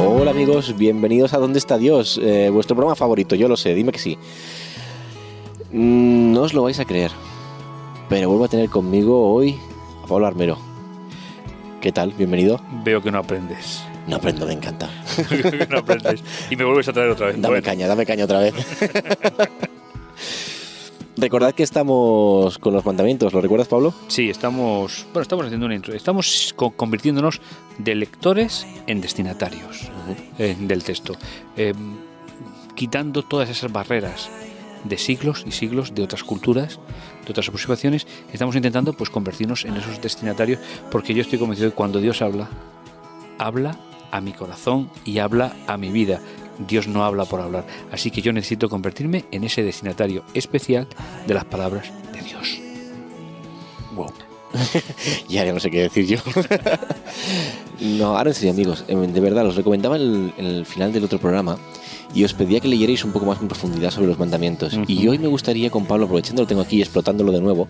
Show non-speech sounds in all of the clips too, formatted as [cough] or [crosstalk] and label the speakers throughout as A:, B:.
A: Hola amigos, bienvenidos a ¿Dónde está Dios? Eh, vuestro programa favorito, yo lo sé, dime que sí. Mm, No os lo vais a creer, pero vuelvo a tener conmigo hoy a Pablo Armero. ¿Qué tal? Bienvenido.
B: Veo que no aprendes. [laughs]
A: No aprendo, me encanta.
B: Veo que no aprendes. Y me vuelves a traer otra vez.
A: Dame
B: Bueno,
A: caña, dame caña otra vez. [laughs] Recordad que estamos con los mandamientos, ¿lo recuerdas Pablo?
B: Sí, estamos. Bueno, estamos haciendo una intro. Estamos co- convirtiéndonos de lectores en destinatarios eh, del texto. Eh, quitando todas esas barreras de siglos y siglos de otras culturas, de otras observaciones, estamos intentando pues convertirnos en esos destinatarios, porque yo estoy convencido de que cuando Dios habla, habla a mi corazón y habla a mi vida. Dios no habla por hablar, así que yo necesito convertirme en ese destinatario especial de las palabras de Dios.
A: Wow. [laughs] ya, ya no sé qué decir yo. no, ahora en serio, amigos, em, de verdad, os recomendaba el- en el final del otro programa y os pedía que leyerais un poco más en profundidad sobre los mandamientos. Y hoy me gustaría, con Pablo, aprovechando lo tengo aquí y explotándolo de nuevo,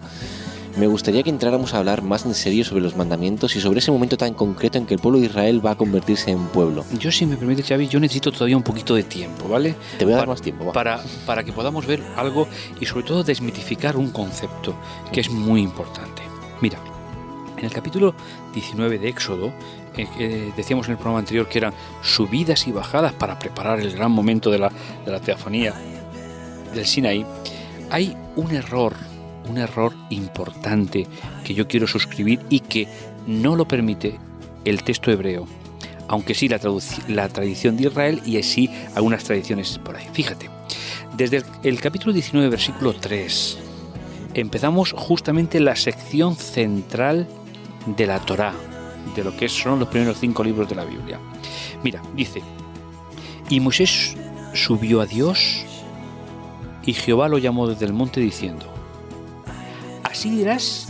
A: me gustaría que entráramos a hablar más en serio sobre los mandamientos y sobre ese momento tan concreto en que el pueblo de Israel va a convertirse en pueblo.
B: Yo, si me permite, Xavi, yo necesito todavía un poquito de tiempo, ¿vale?
A: Te voy a dar
B: Para-
A: más tiempo, va.
B: Para, para que podamos ver algo y sobre todo desmitificar un concepto que es muy importante. Mira, en el capítulo 19 de Éxodo, eh, eh, decíamos en el programa anterior que eran subidas y bajadas para preparar el gran momento de la, de la teofanía del Sinaí, hay un error, un error importante que yo quiero suscribir y que no lo permite el texto hebreo, aunque sí la, traduc- la tradición de Israel y sí algunas tradiciones por ahí. Fíjate, desde el, el capítulo 19, versículo 3, empezamos justamente la sección central de la Torá, de lo que son los primeros cinco libros de la Biblia. Mira, dice, y Moisés subió a Dios y Jehová lo llamó desde el monte diciendo, así dirás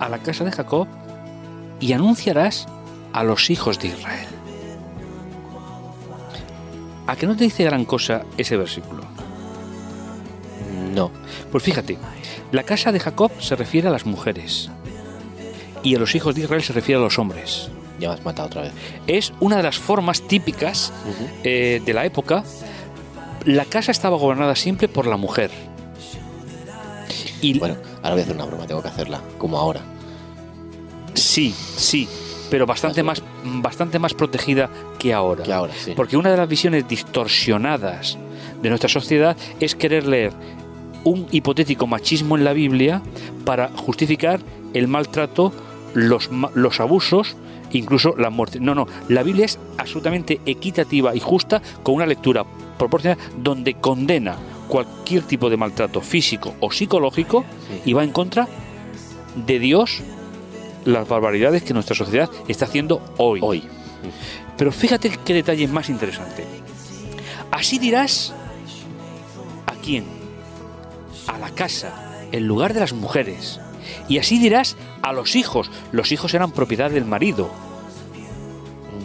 B: a la casa de Jacob y anunciarás a los hijos de Israel. ¿A que no te dice gran cosa ese versículo?
A: No.
B: Pues fíjate, la casa de Jacob se refiere a las mujeres y a los hijos de Israel se refiere a los hombres.
A: Ya me has matado otra vez.
B: Es una de las formas típicas eh, de la época. La casa estaba gobernada siempre por la mujer. Y
A: Bueno, ahora voy a hacer una broma, tengo que hacerla, como ahora.
B: sí, sí, pero bastante más, bastante más protegida que ahora.
A: Que ahora, sí.
B: Porque una de las visiones distorsionadas de nuestra sociedad es querer leer un hipotético machismo en la Biblia para justificar el maltrato, los, ma- los abusos, incluso la muerte. No, no, la Biblia es absolutamente equitativa y justa con una lectura proporcional donde condena cualquier tipo de maltrato físico o psicológico
A: Sí.
B: y va en contra de Dios las barbaridades que nuestra sociedad está haciendo hoy.
A: Hoy.
B: Pero fíjate qué detalle más interesante. Así dirás a quién, a la casa, en lugar de las mujeres. Y así dirás a los hijos. Los hijos eran propiedad del marido.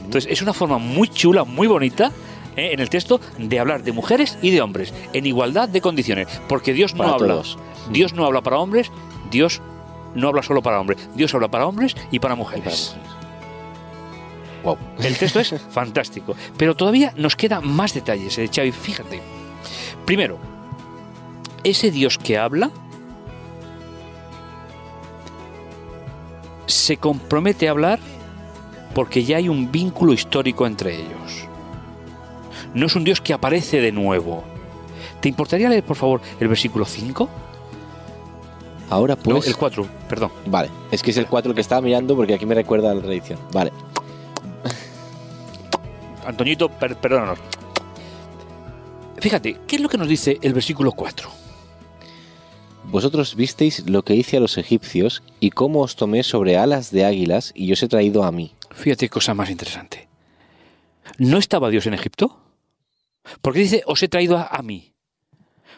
B: Entonces es una forma muy chula, muy bonita eh, en el texto de hablar de mujeres y de hombres en igualdad de condiciones, porque Dios no
A: Para
B: habla.
A: todos.
B: Dios no habla para hombres. Dios no habla solo para hombres. Dios habla para hombres y para
A: Y para
B: mujeres.
A: mujeres. Wow.
B: El texto [laughs] es fantástico, pero todavía nos quedan más detalles, eh, Xavi. Fíjate. Primero, ese Dios que habla se compromete a hablar porque ya hay un vínculo histórico entre ellos. No es un Dios que aparece de nuevo. ¿Te importaría leer, por favor, el versículo 5?
A: Ahora pues.
B: no, el 4, perdón.
A: Vale, es que es el 4 el que estaba mirando porque aquí me recuerda a la tradición. Vale,
B: Antoñito, per- perdónanos. Fíjate, ¿qué es lo que nos dice el versículo 4?
A: Vosotros visteis lo que hice a los egipcios y cómo os tomé sobre alas de águilas y os he traído a mí.
B: Fíjate qué cosa más interesante. ¿No estaba Dios en Egipto? Porque dice, os he traído a, a mí.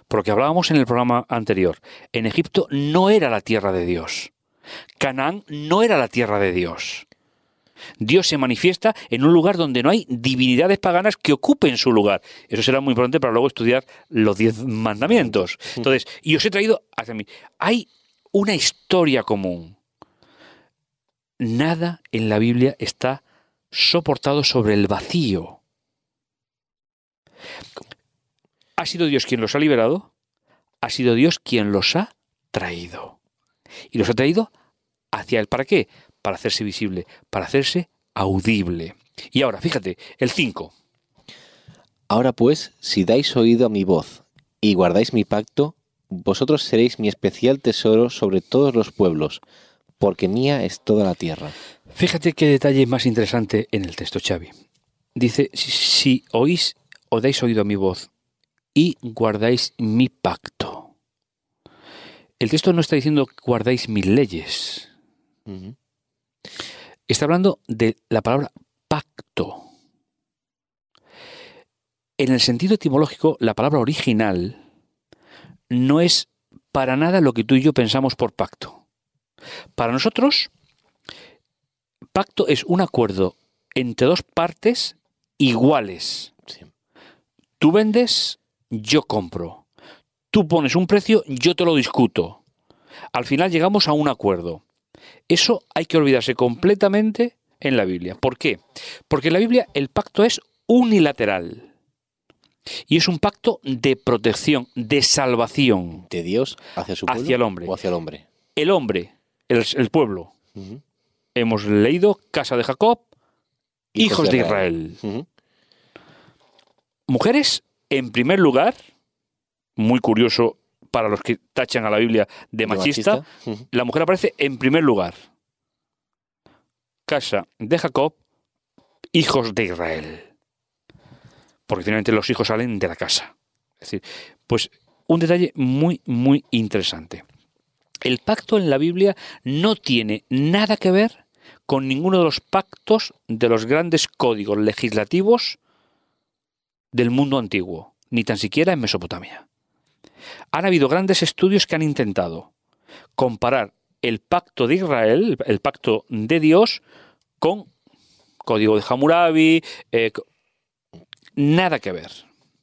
B: Porque hablábamos en el programa anterior. En Egipto no era la tierra de Dios. Canaán no era la tierra de Dios. Dios se manifiesta en un lugar donde no hay divinidades paganas que ocupen su lugar. Eso será muy importante para luego estudiar los diez mandamientos. Entonces, y os he traído hacia mí. Hay una historia común. Nada en la Biblia está soportado sobre el vacío. Ha sido Dios quien los ha liberado, ha sido Dios quien los ha traído. Y los ha traído hacia él. ¿Para qué? Para hacerse visible, para hacerse audible. Y ahora, fíjate, el 5.
A: Ahora pues, si dais oído a mi voz y guardáis mi pacto, vosotros seréis mi especial tesoro sobre todos los pueblos, porque mía es toda la tierra.
B: Fíjate qué detalle más interesante en el texto, Xavi. Dice, si, si oís o dais oído a mi voz y guardáis mi pacto. El texto no está diciendo guardáis mis leyes.
A: Ujú.
B: Está hablando de la palabra pacto. En el sentido etimológico, la palabra original no es para nada lo que tú y yo pensamos por pacto. Para nosotros, pacto es un acuerdo entre dos partes iguales.
A: Sí.
B: Tú vendes, yo compro. Tú pones un precio, yo te lo discuto. Al final llegamos a un acuerdo. Eso hay que olvidarse completamente en la Biblia. ¿Por qué? Porque en la Biblia el pacto es unilateral. Y es un pacto de protección, de salvación.
A: De Dios hacia su pueblo
B: Hacia el hombre.
A: o hacia el hombre.
B: El hombre, el, el pueblo.
A: Ujú.
B: Hemos leído Casa de Jacob, Hijos, de Israel.
A: Ujú.
B: Mujeres, en primer lugar, muy curioso para los que tachan a la Biblia de machista,
A: Ujú.
B: la mujer aparece en primer lugar. Casa de Jacob, hijos de Israel. Porque finalmente los hijos salen de la casa. Es decir, pues un detalle muy, muy interesante. El pacto en la Biblia no tiene nada que ver con ninguno de los pactos de los grandes códigos legislativos del mundo antiguo, ni tan siquiera en Mesopotamia. Han habido grandes estudios que han intentado comparar el pacto de Israel, el pacto de Dios, con código de Hammurabi, eh, co- nada que ver.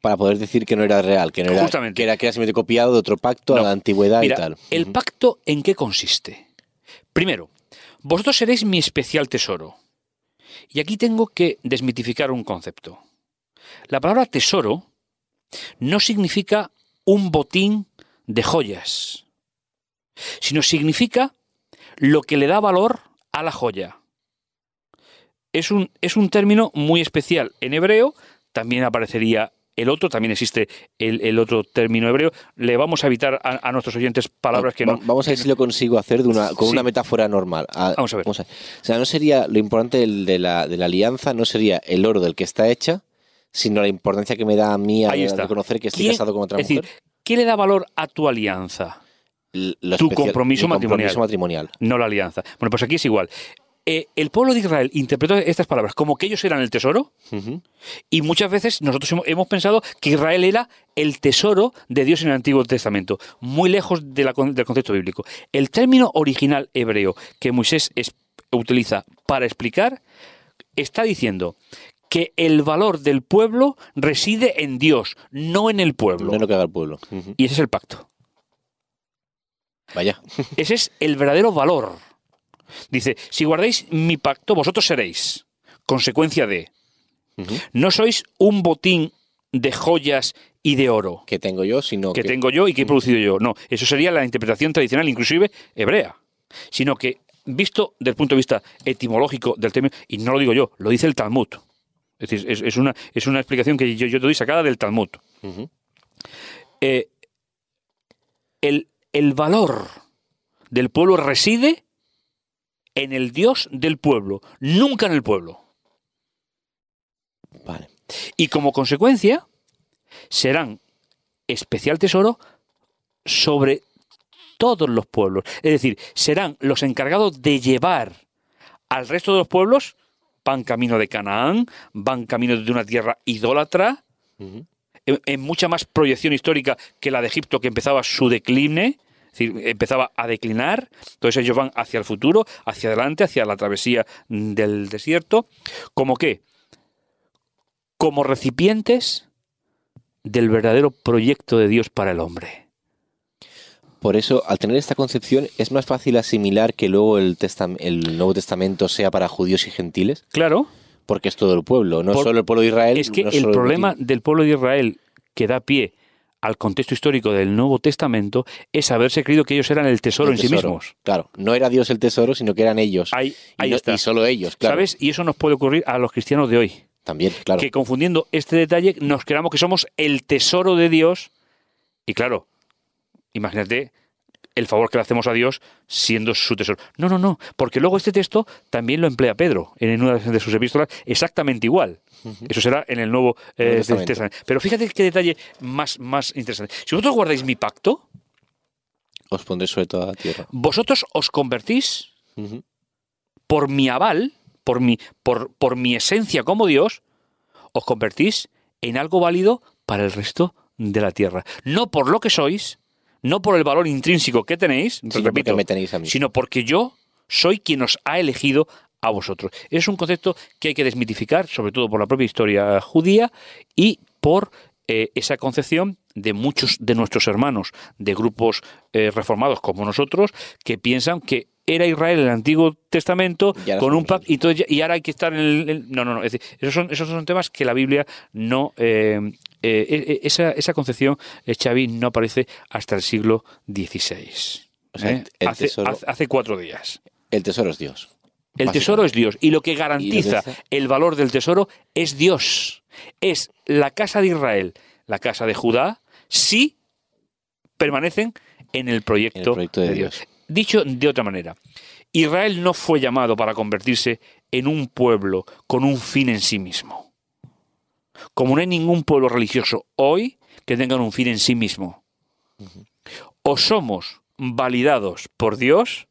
A: Para poder decir que no era real, que no era,
B: Justamente.
A: que era, que era simplemente copiado de otro pacto a
B: No.
A: la antigüedad
B: Mira,
A: y tal.
B: ¿el
A: Ujú.
B: pacto en qué consiste? Primero, vosotros seréis mi especial tesoro. Y aquí tengo que desmitificar un concepto. La palabra tesoro no significa un botín de joyas, sino significa lo que le da valor a la joya. Es un, es un término muy especial. En hebreo también aparecería el otro, también existe el, el otro término hebreo. Le vamos a evitar a, a nuestros oyentes palabras que
A: Va-
B: no.
A: Vamos a ver si lo consigo hacer de una, con
B: Sí.
A: una metáfora normal. Ah,
B: Vamos a ver.
A: O sea, no sería lo importante del- de la, de la alianza, no sería el oro del que está hecha, sino la importancia que me da a mí a
B: Ahí está.
A: reconocer que estoy
B: ¿Quién-
A: casado con otra
B: es
A: mujer.
B: decir, ¿qué le da valor a tu alianza?
A: L- lo
B: tu
A: especial-
B: compromiso
A: mi compromiso matrimonial.
B: No la alianza. Bueno, pues aquí es igual. Eh, el pueblo de Israel interpretó estas palabras como que ellos eran el tesoro
A: Ujú.
B: y muchas veces nosotros hemos, hemos pensado que Israel era el tesoro de Dios en el Antiguo Testamento, muy lejos de la con- del concepto bíblico. El término original hebreo que Moisés es- utiliza para explicar está diciendo que el valor del pueblo reside en Dios, no en el pueblo.
A: No es lo que haga el pueblo. Ujú.
B: Y ese es el pacto.
A: Vaya.
B: Ese es el verdadero valor. Dice, si guardáis mi pacto, vosotros seréis. Consecuencia de,
A: Ujú.
B: no sois un botín de joyas y de oro
A: Que tengo yo, sino
B: que tengo yo y que he producido yo. No, eso sería la interpretación tradicional, inclusive hebrea. Sino que, visto desde el punto de vista etimológico del término, y no lo digo yo, lo dice el Talmud. Es decir, es, es una, es una explicación que yo, yo te doy sacada del Talmud.
A: Ujú.
B: Eh, el, el valor del pueblo reside en el Dios del pueblo, nunca en el pueblo.
A: Vale.
B: Y como consecuencia, serán especial tesoro sobre todos los pueblos. Es decir, serán los encargados de llevar al resto de los pueblos, van camino de Canaán, van camino de una tierra idólatra,
A: Ujú.
B: en, en mucha más proyección histórica que la de Egipto, que empezaba su decline, es decir, empezaba a declinar. Entonces ellos van hacia el futuro, hacia adelante, hacia la travesía del desierto. ¿Como qué? Como recipientes del verdadero proyecto de Dios para el hombre.
A: Por eso, al tener esta concepción, es más fácil asimilar que luego el, testam- el Nuevo Testamento sea para judíos y gentiles,
B: Claro,
A: porque es todo el pueblo, no
B: Por-
A: solo el pueblo de Israel.
B: es que
A: no
B: el
A: solo
B: problema
A: motivo.
B: del pueblo de Israel que da pie al contexto histórico del Nuevo Testamento es haberse creído que ellos eran el tesoro
A: El
B: en sí
A: tesoro.
B: mismos.
A: Claro, no era Dios el tesoro, sino que eran ellos.
B: Ahí, ahí
A: y, no-
B: está.
A: y solo ellos, claro.
B: ¿Sabes? Y eso nos puede ocurrir a los cristianos de hoy.
A: También, claro.
B: Que confundiendo este detalle nos creamos que somos el tesoro de Dios. Y claro, imagínate el favor que le hacemos a Dios siendo su tesoro. No, no, no, porque luego este texto también lo emplea Pedro en una de sus epístolas exactamente igual. Eso será en el Nuevo eh,
A: Nuevo
B: Testamento.
A: Testamento.
B: Pero fíjate qué detalle más, más interesante. Si vosotros guardáis mi pacto,
A: Os pondré sobre toda la tierra.
B: vosotros os convertís
A: Ujú.
B: por mi aval, por mi, por, por mi esencia como Dios, os convertís en algo válido para el resto de la tierra. No por lo que sois, no por el valor intrínseco que tenéis,
A: Sino
B: repito,
A: porque me tenéis a mí.
B: sino porque yo soy quien os ha elegido a vosotros. Es un concepto que hay que desmitificar, sobre todo por la propia historia judía y por eh, esa concepción de muchos de nuestros hermanos, de grupos eh, reformados como nosotros, que piensan que era Israel en el Antiguo Testamento
A: Y ahora
B: con un
A: somos
B: pacto y, todo- y ahora hay que estar en el... el- no, no, no. es decir, esos, son, esos son temas que la Biblia no... eh, eh, e- e- esa, esa concepción, eh, Xavi, no aparece hasta el siglo XVI.
A: O sea,
B: ¿eh?
A: el
B: hace,
A: tesoro-
B: hace- hace cuatro días.
A: El tesoro es Dios.
B: El
A: Básicamente.
B: tesoro es Dios y lo que garantiza
A: dice?
B: el valor del tesoro es Dios. Es la casa de Israel, la casa de Judá, si permanecen en el proyecto,
A: En el proyecto de Dios.
B: Dicho de otra manera, Israel no fue llamado para convertirse en un pueblo con un fin en sí mismo. Como no hay ningún pueblo religioso hoy que tenga un fin en sí mismo. O somos validados por Dios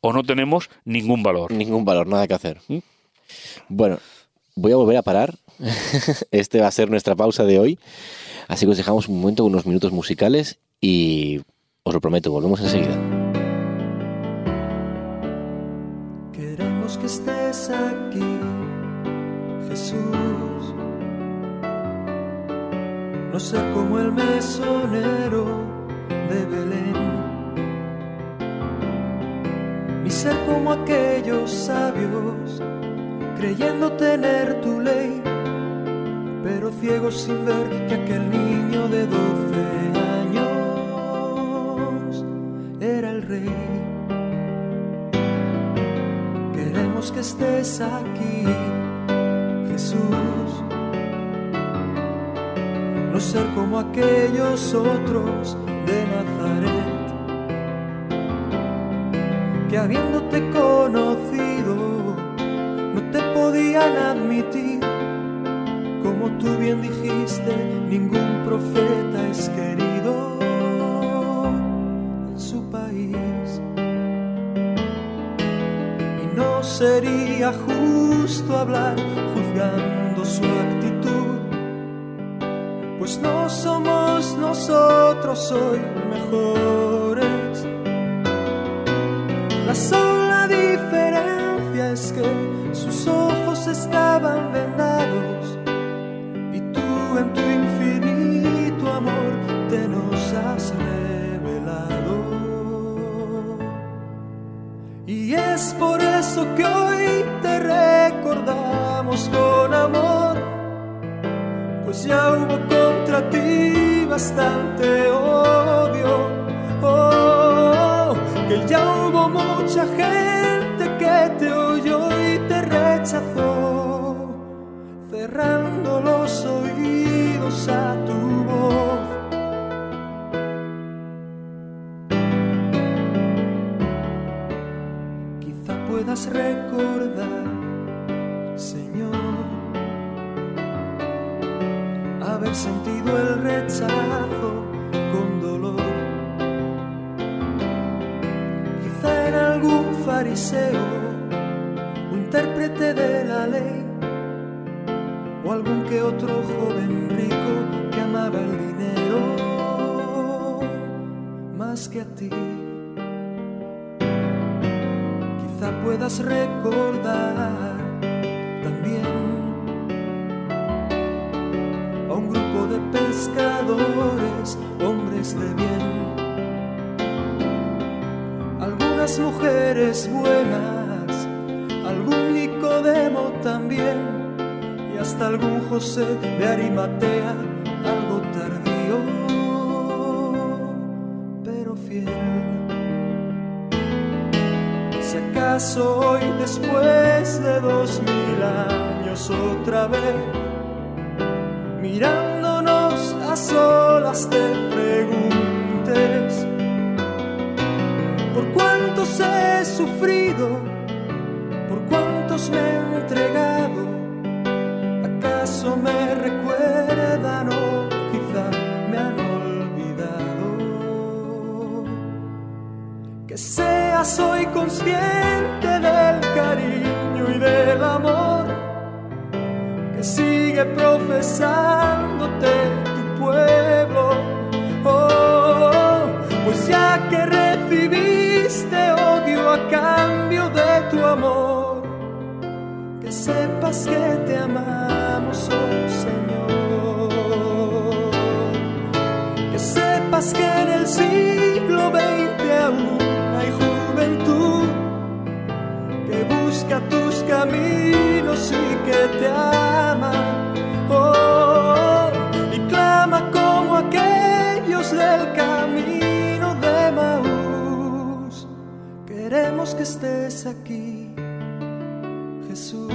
B: o no tenemos ningún valor.
A: Ningún valor, nada que hacer.
B: ¿Mm?
A: Bueno, voy a volver a [laughs] parar. este va a ser nuestra pausa de hoy. Así que os dejamos un momento con unos minutos musicales y os lo prometo, volvemos enseguida.
C: Queremos que estés aquí, Jesús. No ser como el mesonero de Belén, ni ser como aquellos sabios, creyendo tener tu ley, pero ciegos sin ver que aquel niño de doce años era el rey. Queremos que estés aquí, Jesús. No ser como aquellos otros de Nazaret, que habiéndote conocido, no te podían admitir. Como tú bien dijiste, ningún profeta es querido en su país y no sería justo hablar juzgando su actitud, pues no somos nosotros hoy mejores. La sola diferencia es que sus ojos estaban vendados y tú en tu infinito amor te nos has revelado. Y es por eso que hoy te recordamos con amor, pues ya hubo contra ti bastante odio. Oh, que ya hubo mucha gente que te oyó y te rechazó, cerrando los oídos a tu voz. quizá puedas recordar, Señor, haber sentido el rechazo con dolor. fariseo o intérprete de la ley o algún que otro joven rico que amaba el dinero más que a ti. Quizá puedas recordar también a un grupo de pescadores, hombres de bien algunas mujeres buenas, algún Nicodemo también, y hasta algún José de Arimatea, algo tardío, pero fiel. Si acaso hoy, después de dos mil años otra vez, mirándonos a solas te preguntes, por cuántos he sufrido, por cuántos me he entregado. ¿Acaso me recuerdan o quizá me han olvidado? Que seas hoy consciente del cariño y del amor que sigue profesándote tu pueblo. Oh, pues ya que recibí te odio a cambio de tu amor. Que sepas que te amamos, oh Señor. Que sepas que en el siglo XX aún hay juventud que busca tus caminos y que te ama. Oh, oh, oh. y clama como aquellos del camino de Maú queremos que estés aquí, Jesús.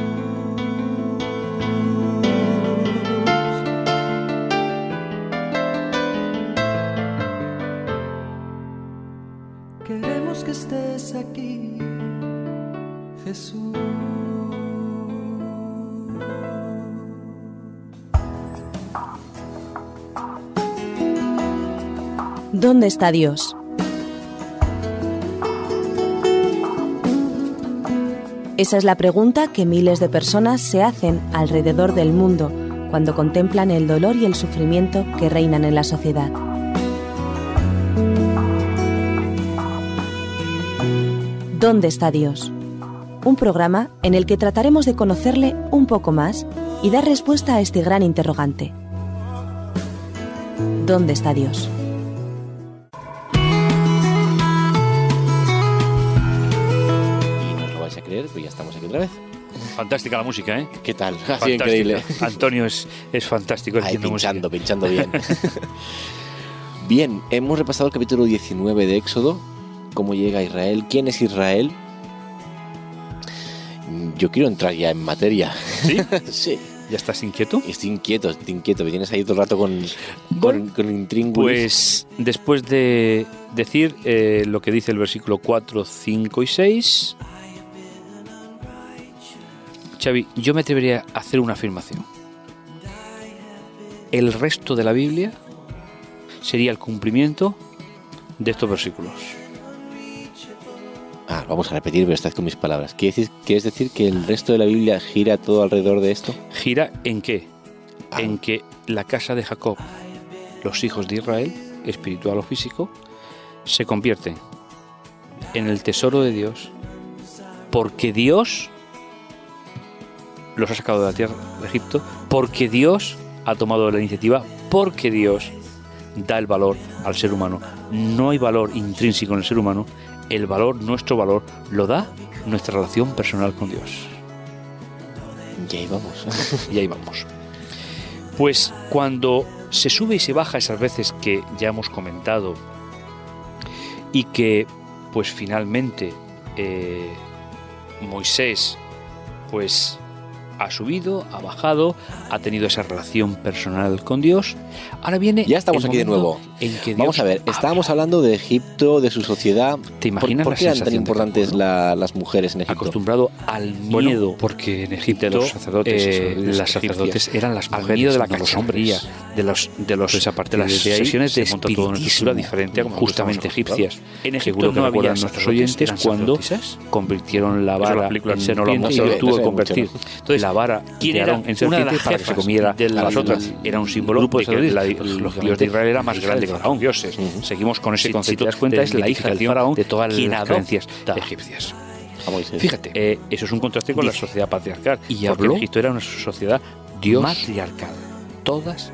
C: Queremos que estés aquí, Jesús.
D: ¿Dónde está Dios? Esa es la pregunta que miles de personas se hacen alrededor del mundo cuando contemplan el dolor y el sufrimiento que reinan en la sociedad. ¿Dónde está Dios? Un programa en el que trataremos de conocerle un poco más y dar respuesta a este gran interrogante. ¿Dónde está Dios?
A: a creer, pues ya estamos aquí otra vez.
B: Fantástica la música, ¿eh?
A: ¿Qué tal? Ha sido
B: Fantástica.
A: increíble.
B: Antonio es, es fantástico.
A: Ahí
B: haciendo música.
A: pinchando, pinchando [laughs] bien. bien, hemos repasado el capítulo 19 de Éxodo, cómo llega a Israel, quién es Israel. Yo quiero entrar ya en materia.
B: ¿Sí?
A: [laughs] Sí.
B: ¿Ya
A: [laughs]
B: estás inquieto?
A: Estoy inquieto, estoy inquieto. Me tienes ahí todo el rato con, con,
B: Bueno,
A: con intríngulis.
B: Pues después de decir eh, lo que dice el versículo 4, 5 y 6, Xavi, yo me atrevería a hacer una afirmación. El resto de la Biblia sería el cumplimiento de estos versículos.
A: Ah, lo vamos a repetir, pero esta vez con mis palabras. ¿Quieres decir, ¿Quieres decir que el resto de la Biblia gira todo alrededor de esto?
B: ¿Gira en qué?
A: Ah.
B: En que la casa de Jacob, los hijos de Israel, espiritual o físico, se convierten en el tesoro de Dios porque Dios los ha sacado de la tierra de Egipto, porque Dios ha tomado la iniciativa, porque Dios da el valor al ser humano. No hay valor intrínseco en el ser humano, el valor, nuestro valor, lo da nuestra relación personal con Dios.
A: Y ahí
B: [laughs]
A: vamos.
B: Y ahí vamos. Pues cuando se sube y se baja esas veces que ya hemos comentado y que pues finalmente eh, Moisés pues ha subido, ha bajado, ha tenido esa relación personal con Dios. Ahora viene...
A: Ya estamos
B: el
A: aquí de
B: momento
A: nuevo.
B: en que Dios
A: Vamos a ver, estábamos
B: habla.
A: hablando de Egipto, de su sociedad.
B: ¿Te imaginas
A: ¿Por, por
B: la
A: qué eran tan
B: sensación de
A: importantes
B: Pablo?
A: la- las mujeres en Egipto?
B: acostumbrado al
E: Bueno,
B: miedo porque en Egipto
E: de los sacerdotes,
B: eh,
E: eso, de los
B: las sacerdotes
E: egipcias.
B: eran las
E: Al
B: mujeres
E: miedo de la
B: no los
E: cacharrería,
B: hombres.
E: de los de los
B: Entonces, a partir
E: de las
B: de ahí
E: sesiones de
B: se monta toda una
E: espiritismo,
B: estructura diferente a como
E: justamente
B: estamos acostumbrados.
E: egipcias.
B: En Egipto
E: Seguro que
B: no
E: recuerdan
B: había
E: nuestros
B: sacerdotes,
E: oyentes
B: ¿eran
E: cuando
B: sacerdotisas?
E: convirtieron
B: Eso
E: la
B: en
E: vara
B: las películas
E: en
B: no lo
E: serpiente y
B: muestran.
E: lo
A: Sí,
E: tuvo
A: eso
E: que
A: hay
E: convertir.
A: mucho,
E: Entonces, la vara ¿quién crearon era en
B: una de las
E: serpiente para que se
B: jefas
E: comiera
B: de
E: a
B: las
E: las
B: otras?
E: otras. Era un símbolo
B: Grupo de
E: de que la-
B: sacerdotes.
E: los dios
B: Lógicamente,
E: de Israel era más
B: hija
E: grande
B: del
E: que
B: faraón.
E: los dioses.
A: Ujú.
E: Seguimos con ese
B: Si-
E: concepto.
B: si te das cuenta,
E: de
B: es la hija del
E: identificación
B: faraón
E: de todas
B: quien
E: las
B: adopta.
E: creencias egipcias.
A: A Moisés.
B: Fíjate,
E: Eh, eso es un contraste con la
B: Dice,
E: sociedad patriarcal.
B: y
E: porque
B: habló
E: Egipto era una sociedad
B: Dios
E: matriarcal.
B: todas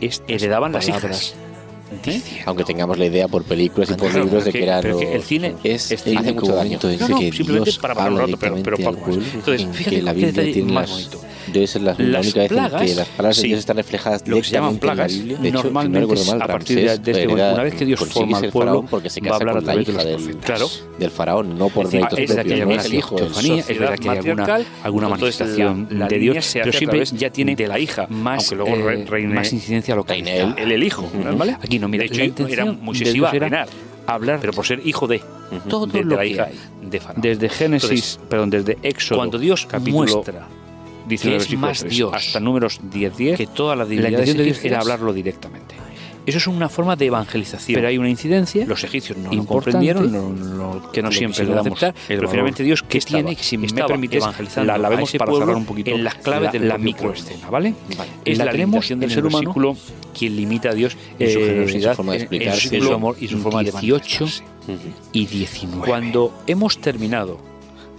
E: Estas heredaban las
B: palabras
E: hijas. ¿eh?
B: diciendo.
A: Aunque tengamos la idea por películas y por
E: Claro,
A: libros de que
E: pero
A: eran
E: pero que
A: los-
E: el cine
A: es
E: es-
A: el
E: hace
A: único
E: mucho daño.
A: momento en
E: No,
A: que
E: no,
A: Dios
E: simplemente para
A: habla
E: pasar un rato, pero-
A: directamente
E: pero
A: al
E: poco más.
A: pueblo,
E: Entonces,
A: en
E: fíjate
A: que la
E: con qué
A: Biblia
E: detalle
A: tiene
E: más
A: las-
E: bonito.
A: debe ser la, la
E: Las
A: única vez en que
E: plagas,
A: las palabras de
E: sí.
A: Dios están reflejadas
E: lo que se llaman
A: directamente en la
E: plagas,
A: Biblia. De hecho, si no
E: normalmente
A: recuerdo mal,
E: a partir de,
A: Ramsés
E: de este momento,
A: hereda
E: una vez que Dios
A: con
E: forma
A: Sigues
E: al
A: el faraón
E: pueblo,
A: porque se
E: va a
A: casa
E: hablar a
A: con la
E: través de
A: hija
E: los
A: del,
E: profetas. Claro.
A: del faraón, no por
E: Es decir,
A: méritos
E: es de
A: propios,
E: aquella
A: no es el
E: manera
A: hijo. es-
E: teofanía, es verdad que hay alguna, matriarcal,
B: alguna
E: entonces la-
B: manifestación
E: la
B: de
E: línea
B: Dios,
E: se hace
B: pero
E: a
B: siempre
E: través
B: ya tiene
E: de la hija,
B: más,
E: aunque luego re-
B: eh,
E: reine-
B: más incidencia local.
A: reine él.
E: Él el hijo,
A: Ujú.
E: ¿vale?
B: Aquí no, mira,
E: de hecho,
B: la
E: era
B: intención
E: mucho
B: de
E: se iba a
B: Dios era
E: penar,
B: hablar
E: pero por ser hijo de,
B: todo
E: de, de
B: lo
E: la
B: que
E: hija
B: hay.
E: de Faraón.
B: Desde Génesis,
E: Entonces,
B: perdón, desde Éxodo,
E: cuando Dios
B: capítulo
E: muestra
B: 19,
E: que es más
B: versículo 3,
E: Dios
B: hasta números 10, 10
E: que toda la
B: la
E: divinidad
B: intención de Dios era hablarlo directamente.
E: Eso es una forma de evangelización.
B: Pero hay una incidencia
E: los egipcios no lo
B: importante
E: comprendieron, no, no-
B: que no
E: lo
B: siempre le
E: quisieron
B: damos
E: aceptar,
B: el
E: pero
B: valor
E: finalmente Dios
B: que
E: que
B: estaba.
E: tiene, si me
B: Estaba
E: permites,
B: evangelizando
E: la, la
B: a
E: vemos
B: ese
E: para cerrar
B: pueblo
E: un poquito
B: en las claves
E: la,
B: del
E: la
B: propio
E: microescena,
B: pueblo.
E: ¿vale?
A: Vale.
E: Es la,
B: tenemos
E: limitación
B: en
E: del
B: el
E: ser humano
B: versículo
E: quien limita a Dios en su
B: eh,
E: generosidad,
A: su forma de
E: en- en
A: explicarse,
E: su
A: su
E: amor y su forma de
B: 18
E: manifestarse.
A: Ujú.
B: y 19.
E: Cuando hemos terminado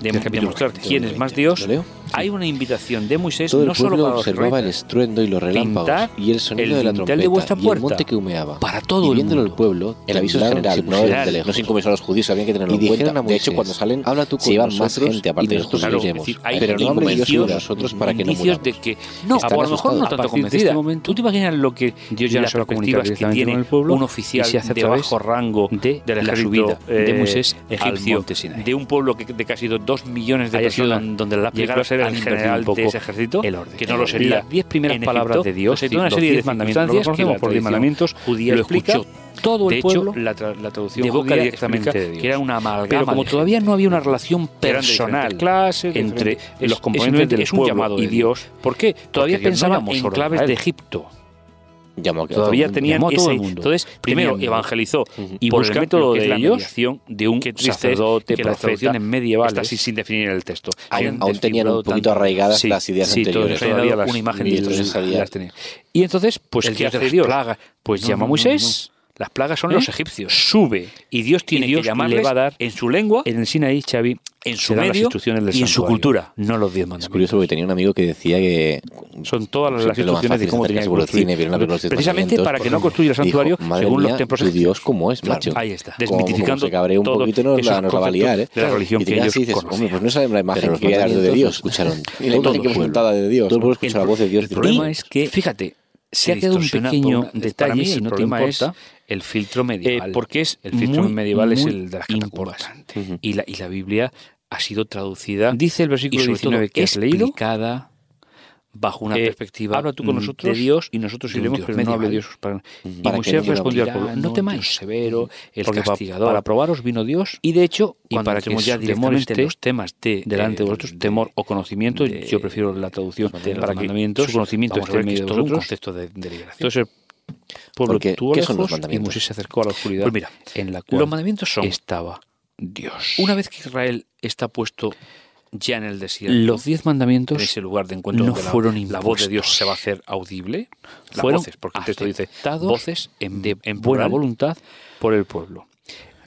E: de
B: Del capítulo
E: demostrar
B: 20.
E: quién es más Dios,
A: ¿Lo leo?
E: hay una invitación de Moisés
A: Todo el
E: no solo
A: pueblo
E: para los
A: observaba el
E: israelitas,
A: estruendo y los relámpagos
E: Pintar
A: y el sonido
E: el
A: de la
E: dintel de
A: trompeta
E: vuestra
A: y el
E: puerta.
A: monte que humeaba.
E: para todo
A: y
E: el
A: viéndolo el,
E: mundo.
A: pueblo,
F: El aviso es
A: temblaron
F: general,
A: sin
F: no es
A: general.
F: de lejos.
A: No se incomisó a los judíos, habían que tenerlo
F: Y
A: en cuenta.
F: dijeron a
A: de hecho,
F: Moisés,
A: cuando salen,
F: habla tú
A: se
F: con
A: iban más
F: nosotros
A: gente, aparte
F: y
A: de
F: nosotros
A: nosotros iremos.
E: iremos. Es decir, hay
A: Pero no hable Dios
E: indicios-
A: sobre nosotros para que no
E: indicios
A: muramos.
E: de que no,
A: Están
E: a lo mejor
A: asustados.
E: no tanto
B: A partir de
E: convencida.
B: este momento,
E: ¿Tú te imaginas lo que
B: Dios ya no
E: las
B: se va a comunicar
E: perspectivas
B: directamente
E: que tiene
B: con el pueblo
E: un
B: y
E: oficial
B: se hace a
E: de
B: través
E: bajo rango
B: de
E: del
B: la
E: ejército
B: subida de
E: eh,
B: Moisés al
E: egipcio,
B: monte Sinai?
E: de un pueblo que, de casi do- dos millones de
B: Ahí ha sido
E: personas,
B: donde la
E: llegar
B: película
E: a ser
B: han
E: el
B: invertido
E: general
B: un poco
E: de ese ejército,
B: el orden.
E: que no lo sería.
B: Las diez primeras
E: en
B: palabras
E: Egipto.
B: de Dios,
E: O sea, toda una
B: los
E: serie de
B: diez mandamientos, no lo
E: circunstancias que
B: conocemos
E: la
B: por diez
E: tradición
B: mandamientos,
E: judía
B: lo explica
E: explica.
B: todo el
E: de hecho,
B: pueblo
E: la, tra- la traducción
B: de boca
E: judía
B: directamente
E: explica
B: de Dios.
E: que era una amalgama
B: Pero como
E: de
B: todavía
E: gente.
B: no había una relación
E: Eran de
B: personal
E: diferentes clases, de
B: entre
E: diferentes- es-
B: los componentes
E: simplemente
B: del
E: es un
B: pueblo
E: llamado
B: y
E: de Dios.
B: Dios, ¿por qué? Todavía
E: Dios no
B: pensaban
E: llamó
B: en
E: solo a
B: claves
E: Israel.
B: de Egipto.
A: Llamó a que
E: todavía
A: todo el mundo.
E: tenían
B: Llamó a todo
E: ese-
B: el mundo.
E: Entonces, primero
B: Tenían-
E: evangelizó
A: Ujú.
E: y
B: Por
E: por
B: el
E: el
B: método
E: método de
B: de
E: la
B: Dios,
E: mediación de un
B: qué triste es
E: sacerdote
B: que las
E: profeta,
B: traducciones medievales-
E: está así sin definir el texto.
A: Aún,
E: Hayan
A: aún tenían
E: desfigurado
A: un poquito
E: tanto-
A: arraigadas
E: Sí,
A: las ideas
E: sí,
A: anteriores.
E: todavía
B: todavía
E: las-
B: una imagen
A: y
B: de
A: entonces
B: las-
A: sabía-
B: las tenía. Y entonces, pues,
E: El
B: ¿qué
E: Dios de
B: hace
E: las
B: Dios?
E: plagas.
B: Pues
E: No,
B: llama
E: no,
B: a
E: no,
B: Moisés,
E: Las plagas son
B: ¿Eh?
E: los egipcios.
B: sube
E: Y Dios tiene
B: Dios
E: que llamarles
B: le va a dar
E: en su lengua,
B: en el Sinaí, Xavi,
E: en
B: se
E: su
B: dan las
E: medio
B: instrucciones del
E: y en su
B: santuario,
E: cultura.
B: No los diez
A: Es
B: mandamientos.
A: curioso porque tenía un amigo que decía que
B: Son todas las,
A: Siempre lo más
B: instrucciones de
A: fácil
B: cómo
A: es
B: tenía que
A: acercarse por el
B: construir.
A: cine, ver una película de los
B: Precisamente
A: Testamento,
B: para que no
A: por
B: construyera el
A: dijo,
B: santuario
A: madre
B: según los
A: mía,
B: templos
A: tu
B: egipcios.
A: Dios cómo es,
B: Claro,
A: macho.
B: ahí
A: Como-
B: está.
A: como
B: Desmitificando
A: se cabreó un
B: todos
A: poquito no nos
B: esos
A: la, nos la va a liar, ¿eh?
B: conceptos de la religión
A: y te
B: que
A: quedas
B: ellos
A: y dices,
B: conocían.
A: hombre, pues no sabes la imagen
F: Pero
A: que quería dar de
F: mandamientos
A: Dios.
F: lo escucharon.
A: Y la
F: Todo
A: imagen
F: el
A: que fue
F: pueblo.
A: contada de Dios. Todo el pueblo escuchó la voz de Dios.
B: El problema es que, fíjate, se ha quedado un
E: distorsiona
B: pequeño
E: por una- para
B: detalle,
E: mí
B: si
E: el
B: no te
E: problema es
B: importa,
E: el filtro
B: eh,
E: medieval.
B: porque es
E: el filtro
B: muy,
E: medieval es
B: muy
E: el de las catacumbas.
B: importante.
E: y la, y la Biblia ha sido traducida
B: Dice el
E: y
B: versículo
E: sobre
B: 19
E: todo
B: que has leído,
E: explicada bajo una
B: eh,
E: perspectiva
B: habla tú con
E: mm,
B: nosotros
E: de Dios
B: y nosotros
E: de un
B: iremos,
E: Dios
B: pero no hable
E: medieval.
B: Dios. Para... Y
A: Para que no
B: Moisés
A: diga
B: respondió al pueblo,
E: tirano,
B: no
E: Dios
B: temáis,
E: severo, el
B: porque pa-
E: castigador.
B: para probaros vino Dios y de hecho,
E: y
B: cuando
E: para que
B: entremos ya
E: ya directamente
B: directamente
E: los temas de
B: delante de vosotros,
E: eh,
B: temor o conocimiento,
E: de-
B: yo prefiero la traducción
E: de los
B: para que
E: mandamientos,
B: su conocimiento
E: vamos a
B: esté
E: ver
B: en
E: que
B: medio
E: es
B: de
E: todo un
B: vosotros.
E: contexto de, de liberación.
B: Entonces el pueblo
A: Porque,
B: tuvo
A: ¿qué son los
B: lejos y
A: mandamientos?
B: Moisés se acercó a la oscuridad
E: Pues mira,
B: en la cual
E: los mandamientos son
B: estaba Dios.
E: una vez que Israel está puesto ya en el desierto,
B: los diez mandamientos
E: en ese lugar de encuentro
B: no
E: donde la-
B: fueron
E: la, voz de Dios
B: impuestos.
E: se va a hacer audible, las
B: fueron
E: voces, porque el texto dice
B: aceptados
E: voces en,
B: de
E: en
B: buena
E: plural.
B: voluntad por el pueblo.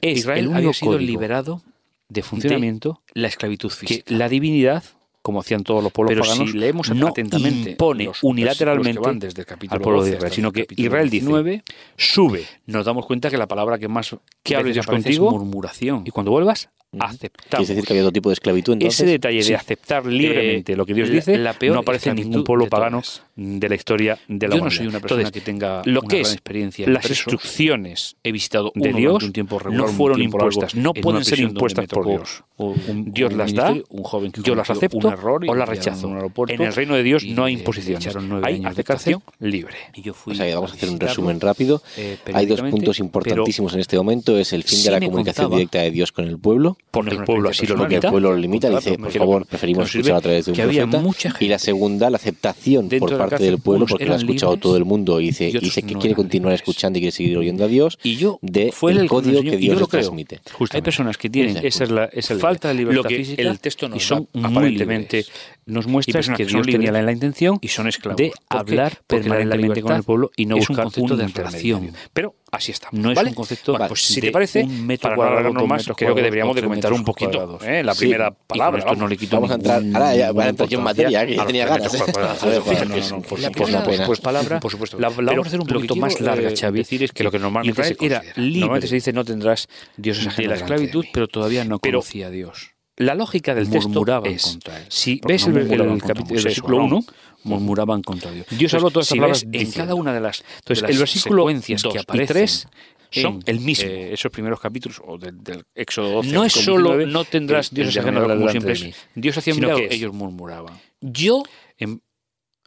B: Es
E: Israel
B: el único
E: había sido
B: código
E: liberado
B: de funcionamiento
E: la esclavitud
B: que
E: física.
B: la divinidad, como hacían todos los pueblos
E: Pero
B: paganos,
E: si leemos
B: no
E: atentamente
B: impone
E: los
B: unilateralmente
E: versículos que van desde el capítulo
B: al pueblo
E: 12
B: de Israel,
E: hasta
B: sino
E: el
B: que
E: capítulo
B: Israel dice,
E: 19,
B: sube
E: nos damos cuenta que la palabra que más
B: que hable
E: veces
B: Dios
E: aparece
B: contigo
E: es murmuración.
B: y cuando vuelvas,
A: Quiere
B: aceptamos.
A: decir que había otro tipo de esclavitud entonces.
B: Ese detalle
A: Sí.
B: de aceptar libremente
E: Eh,
B: lo que Dios
E: la-
B: dice
E: la peor
B: no aparece en ningún
E: esclavitud
B: pueblo
E: de
B: pagano
E: todas.
B: de la historia de la
E: Yo no
B: humanidad.
E: soy una persona
B: Entonces,
E: que tenga
B: lo
E: una
B: que
E: gran
B: es
E: experiencia,
B: las
E: pero eso
B: instrucciones
E: he visitado
B: de
E: uno
B: Dios
E: durante un tiempo regular,
B: no
E: un
B: fueron
E: tiempo largo
B: impuestas, no
E: en una
B: pueden ser
E: prisión donde me
B: impuestas por
E: tocó
B: Dios.
E: o un-
B: Dios
E: un
B: las da,
E: ministerio, un joven que
B: yo las
E: cometió
B: acepto
E: un error y
B: o
E: le
B: las
E: enviaron
B: rechazo.
E: a un aeropuerto
B: en el reino de Dios
E: y
B: no hay
E: le- le
B: imposiciones,
E: echaron nueve
B: hay
E: años de
B: aceptación
E: cárcel.
B: libre.
E: Y yo fui
A: O sea, que Pues vamos a hacer un
E: visitarlo,
A: resumen rápido.
E: eh,
A: Hay dos
E: periódicamente,
A: puntos
E: pero
A: importantísimos en este momento. Es el fin
E: sí
A: de la
E: me
A: comunicación
E: contaba-
A: directa de Dios con el pueblo.
B: Porque el pueblo así lo
E: Porque
A: Porque el
B: limita.
A: pueblo lo limita,
B: Contrato,
A: dice,
B: me
A: por
B: refiero,
A: favor,
B: que
A: preferimos
B: nos sirve
A: escuchar a través de un
E: que había
A: profeta.
E: mucha gente.
A: Y la segunda, la aceptación
B: Dentro
A: por
B: de la
A: parte
B: cárcel,
A: del pueblo,
B: unos
A: porque lo ha
E: eran
A: escuchado
E: libres
A: todo el mundo y dice,
E: y
A: y
E: otros
A: dice que
E: no
A: quiere
E: eran
A: continuar
E: libres.
A: escuchando y quiere seguir oyendo a Dios.
E: Y yo
A: de
E: fue
A: el
E: el
A: código
E: enseñó,
A: que
E: y
A: Dios
E: yo lo
A: les
E: creo.
A: transmite.
B: Hay
E: Hay
B: personas
E: personas que
A: Esa
E: tienen
A: es
E: esa es la, esa es la
B: falta de
E: idea.
B: libertad
E: Lo que
B: física
E: el texto nos
B: y son
E: da,
B: muy
E: aparentemente,
B: libres. nos
E: Y
B: muestra
E: personas
B: que
E: que son
B: Dios tenía la,
E: libres
B: la intención
E: y son esclavos.
B: de
E: Porque-
B: hablar
E: porque la
B: permanentemente con
E: libertad
B: el pueblo y no
E: es un
B: buscar
E: concepto de
B: intermediario.
E: relación.
B: Pero así está.
E: No es
B: ¿vale?
E: un concepto,
B: Vale,
E: vale,
B: pues,
E: de
B: si te parece,
E: un metro
B: para no
E: cuadrado
B: alargarnos
E: con
B: más,
E: metros
B: creo que
E: cuadrados
B: deberíamos de
E: por
B: comentar un
E: metros
B: poquito
E: cuadrados.
B: eh, la
A: Sí,
B: primera
A: y con
B: palabra.
E: esto no le quito
A: Vamos a entrar, ahora ya, ahora entrar yo en materia, que ya
B: a los
A: tenía ganas.
B: metros cuadrados.
A: Joder,
B: Fíjate,
A: joder,
B: no, no,
A: que
B: por
A: es una
B: supuesto,
A: pena.
B: pues palabra,
E: Por supuesto.
B: La, la
E: Pero
B: vamos a hacer un
E: lo que
B: poquito
E: quiero,
B: más larga,
E: eh,
B: Xavi,
E: decir es
B: que lo que
E: que
B: normalmente se
E: Israel era
B: considera. Normalmente
E: libre
B: se dice no tendrás dioses
E: de
B: ajenos
E: la
B: delante de
E: esclavitud,
B: mí.
E: pero todavía no
B: Pero-
E: conocía a Dios.
B: La lógica del texto
E: murmuraban
B: es,
E: contra él.
B: si
E: Porque
B: ves
E: no
B: el, el
E: murmuraban contra
B: capítulo, el
E: Moisés,
B: versículo
E: Aarón,
B: 1,
E: murmuraban contra Dios.
B: Dios habló todas
E: si
B: estas palabras
E: ves en
B: diciendo.
E: cada una de las,
B: Entonces,
E: de las
B: el versículo
E: secuencias
B: 2
E: que
B: y
E: aparecen
B: 3 son
E: en,
B: el mismo.
E: eh, esos primeros capítulos o del, del Éxodo 12
B: no es
E: con
B: solo
E: 19,
B: no tendrás
E: el-
B: dioses
E: el
B: ajenos
E: llamado
B: como
E: delante
B: siempre
E: de
B: es,
E: mí,
B: Dios hacía
E: sino
B: milagros.
E: que ellos murmuraban.
B: yo
E: En-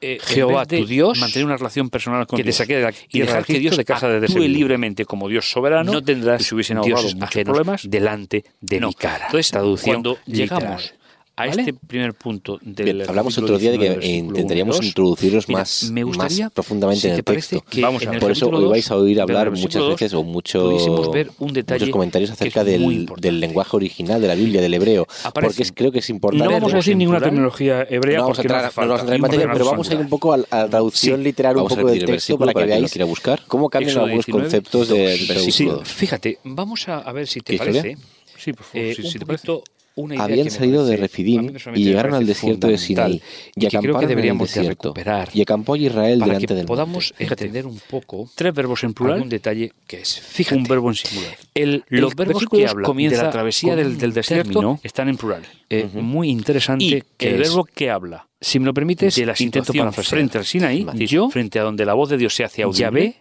E: eh, en
B: Jehová,
E: vez de
B: tu Dios,
E: mantener una relación personal con
B: que te
E: Dios
B: saqué de la
E: y
B: tierra
E: dejar que Dios
B: de casa de
E: actúe
B: desempleo.
E: libremente como Dios soberano,
B: no tendrás
E: si hubiesen ahorrado
B: dioses
E: muchos
B: ajenos
E: problemas.
B: delante de mi cara.
E: Entonces,
B: Traducción
E: cuando
B: literal.
E: llegamos a
B: ¿Vale?
E: este primer punto del
A: Bien, hablamos
E: capítulo
A: otro día de
E: 19,
A: que
E: versículo
A: intentaríamos
E: 1,
A: introducirlos
E: Mira,
A: más,
E: me gustaría,
A: más profundamente
E: si
A: en
E: te
A: el
E: parece,
A: texto.
E: que
B: Vamos a
E: en
B: ver.
E: el
A: Por eso
E: capítulo
A: hoy vais a
E: 2,
A: oír
E: del
A: hablar muchas
E: versículo 2,
A: veces o mucho,
E: pudiésemos ver un detalle
A: muchos comentarios
E: que es
A: acerca
E: muy
A: del,
E: importante.
A: del lenguaje original de la Biblia, del hebreo,
E: Aparecen.
A: porque es- creo que es importante.
B: No vamos a decir
E: en
B: ninguna
E: plural.
B: terminología hebrea
A: No vamos a
B: porque no
A: entrar,
B: hace
A: no vamos a entrar en
B: falta. Vamos a
A: materia,
B: hablar
A: pero
B: de
A: vamos a ir un
B: singular.
A: poco a la, a la traducción literal, un Vamos a poco del repetir el texto versículo para que para quien lo veáis quiera buscar. cómo cambian
E: Éxodo
A: algunos
E: 19,
A: conceptos
E: dos.
A: del
B: Sí,
A: versículo.
B: fíjate, vamos a, a ver si te
A: ¿Quieres que
B: parece.
E: Sí, por favor,
B: eh,
E: sí,
B: un
E: si te parece.
B: poquito una idea
A: Habían
B: que me
A: salido de
B: parece- a mí
A: Refidim
B: personalmente
A: y
B: me
A: llegaron al
B: parece
A: desierto de Sinaí y
B: fundamental y que creo
A: acamparon
B: que
A: en el
B: deberíamos de
A: desierto
B: recuperar
A: y acampó Israel
B: para
A: delante
B: que
A: del monte.
B: podamos entender un poco
E: Tres verbos en plural.
B: algún detalle que es
E: Fíjate.
B: fíjate
E: Un verbo en singular.
B: el,
E: Los
B: el
E: verbos
B: versículo
E: que hablan
B: comienza
E: de la travesía
B: con
E: del,
B: un
E: del desierto
B: término
E: están en plural.
B: eh, muy interesante
E: Y
B: que
E: el
B: es,
E: verbo que habla
B: si me lo permites
E: de la
B: intento
E: situación
B: parafrasear.
E: frente al Sinaí,
B: Vale.
E: es decir,
B: yo
E: frente a donde la voz de Dios se hace audible,
B: Yahvé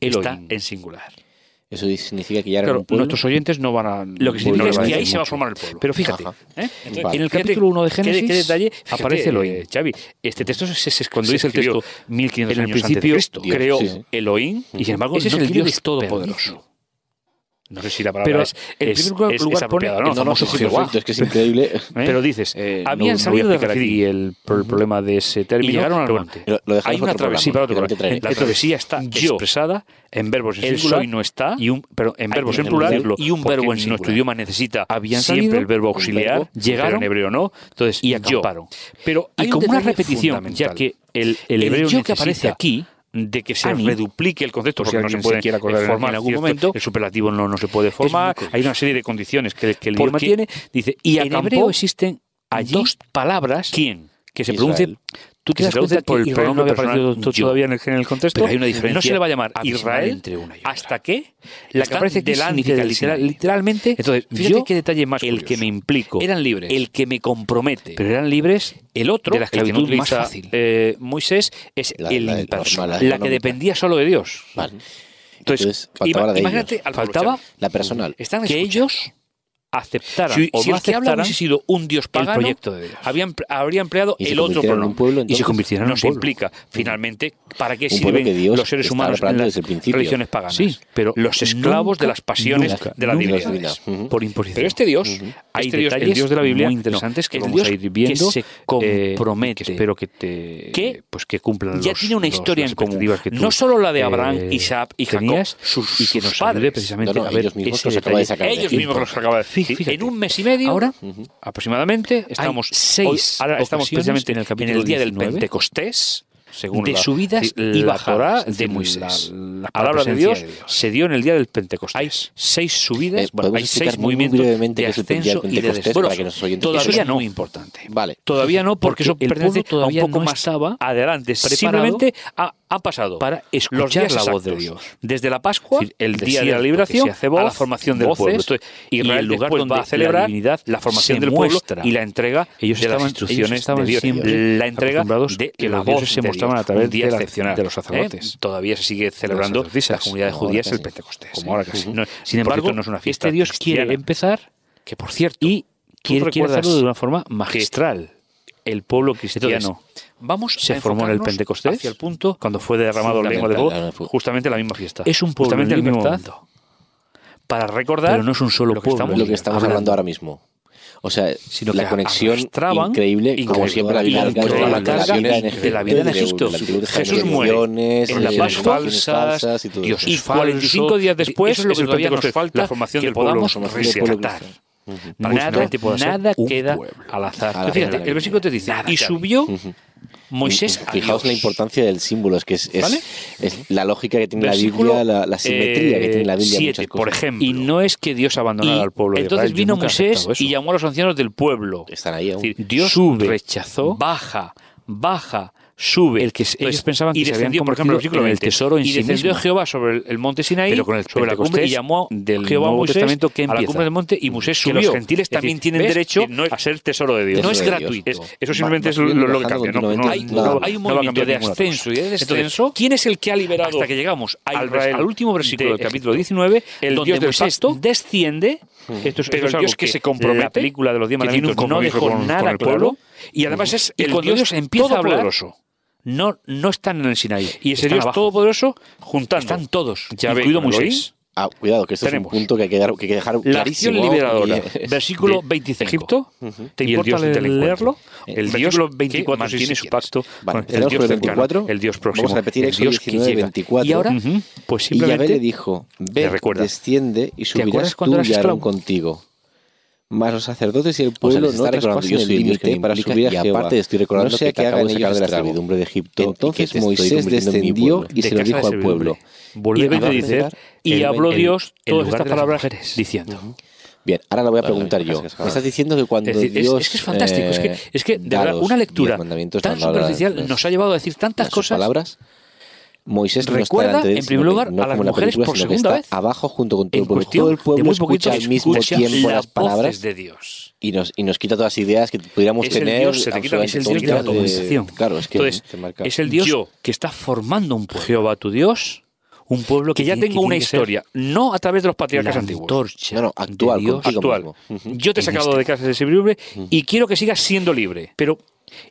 E: está
B: Elohim.
E: en singular.
A: Eso significa que ya era
B: claro,
A: un pueblo.
B: nuestros oyentes no van a
E: Lo que
B: no
E: significa
B: les
E: es
B: va a
E: que ahí
B: decir
E: se va a
B: mucho.
E: formar el pueblo.
B: pero fíjate
A: Ajá.
E: ¿Eh?
A: Vale.
B: En el
E: Fíjate
B: capítulo 1 de
E: qué de-
B: Génesis
E: qué detalle,
B: aparece
E: fíjate,
B: Elohim.
E: eh, Xavi, este texto se, se- cuando
B: Se
E: dice el texto
B: escribió
E: 1500
B: en el
E: años antes de
B: principio,
E: Cristo,
B: Dios,
E: creo
A: sí, sí.
E: Elohim y sin embargo
B: Ese es
E: no
B: el
E: tiene
B: Dios
E: todopoderoso. No sé si la palabra
B: Pero
E: es,
B: en
E: es-
B: primer lugar-
E: es-
B: lugar
E: es apropiada,
B: pone-
E: ¿no?
A: No, no,
E: Famoso
A: sí, sí,
E: Jehová.
A: perfecto, es que es increíble.
E: ¿Eh?
B: Pero dices,
E: Eh,
B: habían
E: no- no
B: salido
E: voy a
B: de
E: explicar
B: Refidim.
E: aquí el, pro- el problema de ese término.
B: Y llegaron al
E: pero bueno,
B: monte.
A: Lo- lo dejamos
E: hay una
A: para otro
E: travesía, para
A: programa,
E: otro
A: que
E: programa.
A: también te
E: La
A: traeré.
E: travesía está
B: Yo.
E: expresada en verbos en
B: El
E: singular
B: soy no está,
E: y un, pero en
B: hay
E: verbos
B: que
E: en plural
B: entenderlo,
E: y un
B: porque
E: verbo en
B: nuestro
E: nuestro idioma necesita
B: Habían
E: siempre
B: salido
E: el verbo
B: un
E: auxiliar,
B: verbo,
E: llegaron
B: pero en hebreo
E: no, entonces
B: y
E: yo.
B: acamparon. Pero
E: Y
B: hay
E: como
B: un
E: una
B: detalle
E: repetición, ya
B: fundamental.
E: que el, el
B: El
E: hebreo
B: yo que aparece
E: necesita
B: aquí,
E: de que se
B: ani,
E: reduplique el concepto,
B: por si
E: porque no se
B: alguien se
E: puede
B: quiere acordar en-
E: formar
B: en algún
E: cierto-
B: momento,
E: el superlativo no, no se puede formar,
B: curioso.
E: hay una serie de condiciones que, que el
B: Porque
E: idioma tiene, dice, y
B: en
E: acampó,
B: hebreo existen
E: allí
B: dos palabras
E: ¿quién?
B: que se
A: Israel.
B: pronuncian. ¿Tú
E: Que
B: te das
E: se traduce
B: cuenta
E: por el
B: que Israel no
E: pronombre
B: había aparecido
E: personal,
B: to-
E: yo.
B: todavía en el, en el contexto?
E: Pero hay una diferencia
B: No se le va a llamar
E: abismal
B: Israel
E: entre una y otra.
B: hasta que la que
E: Está
B: aparece aquí
E: delante
B: significa
E: del
B: literal-
E: Sinaí.
B: literalmente
E: Entonces, fíjate
B: yo,
E: qué detalle más
B: el que
E: curioso.
B: me implico,
E: Eran libres.
B: el que me compromete.
E: pero eran libres
B: el otro,
E: de la
B: el que no
E: esclavitud más
B: utiliza,
E: fácil.
B: eh, Moisés, es
A: La-
B: el
A: la- la
B: impersonal,
A: normal,
B: la,
A: la
B: que
A: económica.
B: dependía solo de Dios.
A: Vale.
B: Entonces,
A: Entonces, faltaba
B: ima-
A: la de
B: imagínate
A: ellos.
B: al pueblo, Xavi.
E: Faltaba
A: La personal.
E: Están
B: que
E: escuchando.
B: ellos aceptaran
E: si,
B: o
E: si
B: no
E: el que habla
B: aceptaran
E: hubiese sido un dios pagano,
B: proyecto de Dios.
E: habían- habría empleado
A: Y se
E: el otro
A: convirtieron en un
E: pronombre.
A: pueblo, entonces.
E: y se convirtieron en
B: Nos
E: un pueblo.
B: implica finalmente para qué
A: Un pueblo
B: sirven
A: que Dios
B: los seres
A: estaba
B: humanos en
A: hablando
B: las
A: desde el principio.
B: religiones paganas.
E: Sí, pero
B: los esclavos
E: nunca,
B: de las pasiones
A: nunca,
B: de la
A: nunca
B: divinidad.
A: es verdad. Ujú.
B: Por imposición.
E: Pero este Dios,
B: Hay
E: este Dios, el
B: detalles
E: Dios de la Biblia,
B: muy interesantes que
E: el
B: vamos a
E: Dios
B: ir viendo,
E: que se
B: eh,
E: compromete.
B: que
E: espero
B: espero
E: que te
B: que
E: pues que cumplan
B: ya
E: los-
B: tiene una
E: los-
B: historia
E: las
B: en común.
E: expectativas que tú,
B: no solo la de Abraham,
E: eh,
B: Isaac y Jacob,
E: tenías,
B: sus,
E: y que
B: sus
E: nos
B: padres.
E: padres precisamente
A: No, no,
E: a ver
A: ellos mismos
E: ese
A: los acaba de
E: detalle.
A: sacar de
E: ellos
A: Egipto.
E: mismos los acaba de
B: Fíjate,
E: en un mes y medio
B: ahora
E: aproximadamente estamos
B: estamos seis
E: hoy- ahora estamos
B: ocasiones
E: precisamente en el capítulo
B: día del
E: 19,
B: Pentecostés según
E: de
B: la-
E: subidas
B: la
E: y bajadas
B: Torá
E: es
B: de
E: decir,
B: Moisés.
E: la-
B: La,
E: la
B: palabra de
E: presencia
B: Dios,
E: de Dios.
B: se dio en el día del Pentecostés.
E: hay seis subidas,
A: Eh,
E: bueno,
A: podemos
E: hay
A: explicar
E: seis
A: muy
E: movimientos
A: brevemente
E: de
A: qué es el Mundial
E: ascenso y de
A: Pentecostés
E: descenso.
A: para que los oyentes
E: Todavía
A: entiendan.
E: no muy importante.
A: Vale.
E: Todavía no, porque,
B: Porque
E: eso
B: el pueblo
E: pertenece a un
B: todavía
E: poco
B: no
E: más
B: estaba
E: adelante,
B: preparado
E: simplemente a
B: han pasado
E: para escuchar
B: los días
E: la voz
B: exactos,
E: de Dios.
B: desde la Pascua,
E: Es decir, el
B: el día de la
E: desierto,
B: liberación,
E: que se hace voz,
B: a la formación del
E: voces,
B: pueblo. Entonces,
E: y
B: Israel
E: el lugar
B: después
E: donde
B: va a celebrar
E: la divinidad
B: formación
E: se
B: del pueblo
E: muestra.
B: y la entrega
E: Ellos
B: de
E: estaban-
B: las instrucciones
E: ellos estaban
B: de Dios.
E: siempre
B: la entrega
E: acostumbrados
B: de
E: que
B: la
E: los
B: voz
E: dioses se
B: de
E: mostraban
B: Dios,
E: a través
B: un día
E: de la-
B: excepcional,
E: de los sacerdotes.
B: ¿eh? Todavía se sigue celebrando
E: sacerdotisas,
B: las comunidades
A: como ahora
B: judías el
A: casi.
B: Pentecostés.
E: Como
B: ¿eh?
E: ahora casi.
B: Ujú.
E: No,
B: sin
E: por
B: embargo,
E: cierto, no es una fiesta
B: este Dios
E: cristiana.
B: quiere empezar, que por cierto,
E: Y quiere, quiere hacerlo de una forma magistral.
B: magistral.
E: El pueblo
B: Entonces,
E: cristiano
B: vamos
E: se
B: a
E: formó en el
B: enfocarnos
E: Pentecostés
B: hacia el punto
E: cuando fue derramado la lengua de
A: Fundamental,
E: fuego,
A: la-
E: justamente la misma fiesta.
B: es un pueblo
E: justamente
B: en
E: el mismo
B: libertad
E: momento.
B: para recordar
E: Pero no es un solo
B: lo que
E: pueblo.
B: estamos-
A: lo que estamos
E: Hablando.
A: hablando ahora mismo. O sea,
B: Sino
A: la
B: que
A: conexión
B: arrastraban-
A: increíble, como
B: increíble,
A: siempre, la vida
B: increíble,
A: larga,
B: la carga
A: vida en
B: de
A: Egipto,
B: la vida en Egipto.
A: de la tribu de
B: Jesús
A: Israel,
B: muere
A: religiones,
B: en la
A: religiones
B: Pascua,
A: falsas y todo
B: Dios
A: eso.
B: y
E: es falso,
B: 45 días después
E: eso es lo que
B: el
E: todavía nos
B: Pentecostés,
E: falta,
B: la formación
E: que
B: del pueblo,
E: podamos
B: la
A: formación del pueblo
E: rescatar.
A: cristiano.
E: Para que
B: nada,
E: finalmente pueda ser
B: nada
E: un
B: queda
E: pueblo.
B: al azar.
A: Al azar.
B: Fíjate, el versículo te dice,
E: Nada
B: y
E: que
B: subió Moisés a
A: Fijaos la
B: Dios".
A: importancia del símbolo, es que es, es-
B: ¿Vale?
A: es la lógica que tiene
B: Versículo,
A: la
B: eh,
A: Biblia, la, la simetría que tiene la Biblia. en
B: siete,
A: muchas cosas.
E: por ejemplo.
B: Y no es que Dios abandonara
E: Y
B: al pueblo. de
E: entonces
B: Israel, yo
E: vino
B: nunca he
E: Moisés
B: aceptado eso.
E: y llamó a los ancianos del pueblo.
A: Están ahí
E: Es
A: aún.
E: decir, Dios
B: Oh, Sube,
E: rechazó,
B: baja, baja, sube.
E: El que se- ellos pensaban
B: y
E: que se habían
B: descendió, por ejemplo,
E: convertido
B: el versículo
E: en el
B: 20,
E: tesoro en
B: y
E: sí
B: descendió
E: mismo.
B: Jehová sobre el, el monte Sinaí,
E: Pero con el
B: sobre la cumbre, y
E: Pentecostés
B: llamó
E: del
B: Jehová a
E: Nuevo
B: Moisés
E: Testamento, ¿qué
B: a la
E: empieza?
B: cumbre del monte y Moisés
E: Que
B: subió.
E: los gentiles
B: Es decir,
E: también tienen
B: ¿ves?
E: derecho
B: No es-
E: a ser tesoro de Dios.
B: no
A: Tesoro
B: es
A: de Dios.
B: gratuito.
A: Es-
B: eso
A: Va-
B: simplemente
A: va
B: es lo,
A: subiendo y
B: lo que
A: bajando
B: cambia. No, No-
A: continuamente.
B: hay,
A: No, no,
B: hay un
E: no va a
B: movimiento
E: cambiar
B: de
E: ninguna
B: ascenso y de
E: cosa. Entonces,
B: descenso. ¿Quién es el que ha liberado?
E: hasta que llegamos al,
B: al,
E: vers-
B: al último versículo del capítulo 19, el
E: donde
B: Dios del
E: Moisés
B: pacto
E: desciende,
B: esto es,
E: pero
B: esto es
E: el
B: algo
E: Dios que, se compromete,
B: la película de los diez
E: que tiene un
B: mandamientos no dejó
E: compromiso con-
B: nada
E: con el
B: claro,
E: pueblo.
B: y además es
E: y
B: el
E: cuando Dios empieza a hablar,
B: todopoderoso. no, no están en el Sinaí.
E: y ese
B: están
E: Dios
B: abajo.
E: todopoderoso juntando.
B: Están todos,
E: Ya ve,
B: incluido
E: ¿lo oís?
B: Moisés.
A: Ah, cuidado, que esto
B: Tenemos.
A: es un punto que hay que, dar- que hay que dejar
B: La
A: clarísimo.
B: acción liberadora,
A: porque-
B: versículo
E: de
B: 25.
E: Egipto,
B: ¿Te
E: y el
B: importa
E: Dios del encuentro.
B: leerlo? El
E: Eh,
B: Dios
E: versículo
B: 24
E: 24,
B: que
E: si
B: mantiene su
E: quieres.
B: pacto
A: Vale,
B: con el
A: empezamos por
B: Dios
A: el
B: cercano,
A: 24,
B: el Dios próximo,
A: vamos a repetir
B: el
A: Éxodo
B: Dios que
A: 19,
B: llega.
A: 24.
B: Y ahora,
E: Ujú.
B: pues
A: Y Yahvé
B: simplemente
A: le dijo, ve,
E: recuerda.
A: desciende y subirás
B: acuerdas cuando
A: tú
B: eras
A: y Aarón
B: esclavo?
A: contigo. Mas los sacerdotes y el pueblo
F: les está
A: no
F: recordando,
A: traspasen
F: yo
A: el
F: soy el Dios que
A: límite
F: me
A: para
F: implica,
A: subir
F: y
A: a Jehová.
F: aparte estoy recordando
A: no sea
F: que te
A: que,
F: acabo
A: hagan
F: de
A: ellos
F: sacar de la
A: estrago.
F: servidumbre de Egipto, y que
A: Entonces
F: te estoy
A: Moisés
F: convirtiendo en mi
A: descendió
F: pueblo.
A: y se
B: De
A: lo
B: casa
A: dijo
B: de
A: al pueblo.
B: vuelve
A: Y
B: a
A: abajo
B: dice,
A: llegar
B: y
E: el-
B: habló
E: el-
B: Dios
E: el
B: todas
E: lugar
B: estas
E: de las
B: palabras
E: mujeres.
B: diciendo.
A: Bien, ahora la voy a preguntar yo.
F: cascas, cascas.
A: Me estás diciendo que cuando
B: Es, decir, es-
A: Dios...
B: es que es fantástico, es
A: eh,
B: que, es que de
A: da
B: verdad,
A: los
B: una lectura
A: diez mandamientos,
B: tan
A: cuando habla
B: superficial
A: las-
B: nos ha llevado a decir tantas
A: las sus
B: cosas.
A: palabras. Moisés no está
B: Recuerda,
A: delante de él,
B: en
A: sino
B: primer
A: que-
B: lugar,
A: no
B: a las
A: como en la
B: mujeres
A: película,
B: por
A: sino que
B: segunda
A: está
B: vez.
A: abajo junto con todo
B: en
A: el pueblo.
B: cuestión
A: Todo el
B: de
A: pueblo
B: muy poquito
A: escucha al mismo
B: escucha
A: tiempo
B: las
A: las palabras
B: voces de Dios.
A: y nos, y nos quita todas las ideas que pudiéramos
B: Es el
A: tener.
B: Dios, se te quita- es el Dios de la
A: absolutamente
B: automatización.
A: tontas de- Claro, es que
B: Entonces,
A: te marca.
B: es el Dios
E: Yo.
B: que está formando un pueblo. Jehová tu Dios, un pueblo que, ya
E: tiene-
B: tengo
E: que
B: una
E: tiene que ser
B: historia, no a través de los patriarcas
E: la
B: antiguos.
E: antorcha
A: No, no,
E: de
A: actual,
E: Dios.
A: contigo
B: actual.
A: mismo.
B: Yo te he
E: En
B: sacado
E: este.
B: de casa de servidumbre y quiero que sigas siendo libre. Pero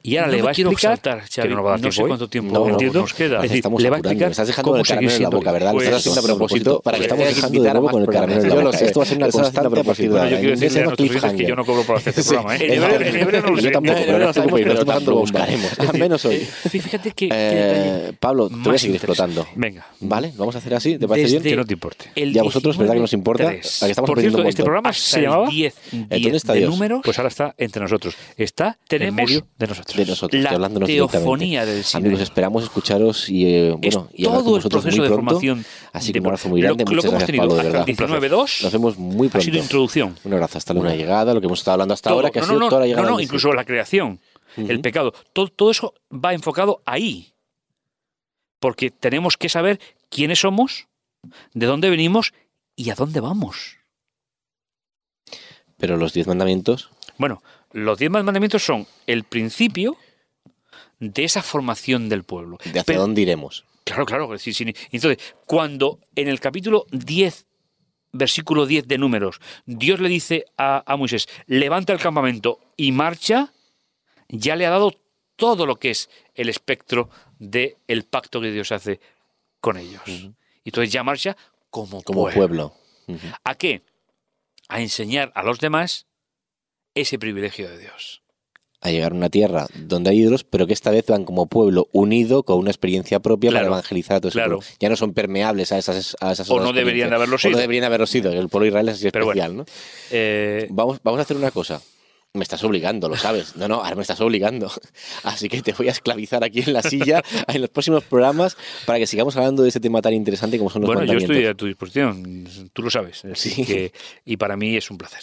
E: Y ahora
B: no
E: le
B: me
E: va a
B: quiero
E: explicar
B: saltar,
E: que
B: Xavi,
E: no nos va a dar
B: no sé
E: tiempo hoy.
B: cuánto tiempo
A: No, no,
E: ¿Entiendo?
A: nos
B: queda.
E: Es decir,
A: estamos
E: le va a
A: apurando, me
E: explicar
A: estás dejando
E: cómo
A: el
E: seguir
A: caramelo en la
E: siendo
A: boca,
E: libre.
A: ¿verdad? Lo estás
E: Pues,
A: haciendo a propósito para que estamos
E: tengas
A: dejando de nuevo con el caramelo en la
F: Yo lo
A: boca.
F: sé.
A: Esto va a ser una
F: Lo estás haciendo a
A: constante a propósito.
F: propósito.
E: Bueno, yo
A: ¿eh? Ese
E: quiero
A: es
E: decirle a
A: el
E: nuestros oyentes que
A: cliffhanger.
E: yo no cobro por hacer este
A: [laughs] Sí,
E: programa.
A: es
E: ¿eh? En hebreo- en
A: verdad.
E: hebreo no lo
A: Yo
E: sé.
A: tampoco,
E: En
A: pero no
E: hebreo no
A: estamos
E: sé.
A: preocupados, nosotros lo buscaremos. Al menos
E: [laughs]
A: hoy.
B: Fíjate que. que
A: Eh, Pablo, te voy a
B: Más
A: seguir
B: interesante.
A: explotando.
B: Venga.
A: ¿Vale? ¿Lo vamos a hacer así? ¿Te parece
B: Desde
A: bien?
B: que no te importe.
A: Y a vosotros, ¿verdad que nos importa?
B: 19.3.
A: A que estamos
B: Por
A: aprendiendo
B: cierto,
A: un
B: este
A: montón.
B: programa
E: Hasta
B: se
E: el
B: llamaba
E: 10,
A: dónde está
B: de
A: Dios?
B: números.
E: Pues ahora está entre nosotros.
B: está
E: Tenemos
B: en medio de nosotros.
A: de nosotros,
E: La
A: y hablándonos
E: teofonía
A: directamente.
E: del Sinaí.
A: Amigos, esperamos escucharos y, eh, bueno, y
E: es
A: hablar con
E: todo el
A: vosotros
E: proceso
A: muy
E: de
A: pronto.
E: formación.
A: Así que
E: de-
A: un abrazo muy grande.
E: Lo, lo
A: Muchas
E: que hemos
A: gracias,
E: tenido
A: Pablo, de
E: hasta
A: verdad.
E: el 19.2
A: Nos vemos muy
E: ha
A: pronto.
E: sido introducción.
A: Un abrazo, hasta la una llegada, lo que hemos estado hablando hasta ahora,
E: Todo.
A: que ha
E: no,
A: sido
E: no,
A: toda la
E: no,
A: llegada.
E: no, no,
A: del-
E: incluso la creación, el
A: Ujú.
E: pecado, todo, todo eso va enfocado ahí. Porque tenemos que saber quiénes somos, de dónde venimos y a dónde vamos.
A: Pero los diez mandamientos,
E: Bueno, los diez mandamientos son el principio de esa formación del pueblo.
A: ¿de hacia
E: Pero-
A: dónde iremos?
E: Claro, claro. sí, sí. Entonces, cuando en el capítulo 10, versículo 10 de Números, Dios le dice a, a Moisés, levanta el campamento y marcha, ya le ha dado todo lo que es el espectro del pacto que Dios hace con ellos. Y Entonces ya marcha como,
A: Como
E: pueblo.
A: pueblo. Ujú.
E: ¿A qué? A enseñar a los demás ese privilegio de Dios.
A: A llegar a una tierra donde hay hidros, pero que esta vez van como pueblo unido, con una experiencia propia
E: Claro,
A: para evangelizar a todo ese
E: claro.
A: pueblo. Ya no son permeables a esas, a esas
E: O
A: otras
E: no deberían
A: experiencias.
E: de haberlo
A: O
E: sido.
A: no deberían haberlo sido. El pueblo israelí es así
E: Pero bueno.
A: especial, ¿no?
E: Eh,
A: Vamos, vamos a hacer una cosa. Me estás obligando, lo sabes. No, no, ahora me estás obligando. [laughs] Así que te voy a esclavizar aquí en la
E: [laughs]
A: silla en los próximos programas para que sigamos hablando de este tema tan interesante como son los
E: bueno, yo
A: mandamientos.
E: estoy a tu disposición, tú lo sabes. así
A: Sí.
E: que- y para mí es un placer.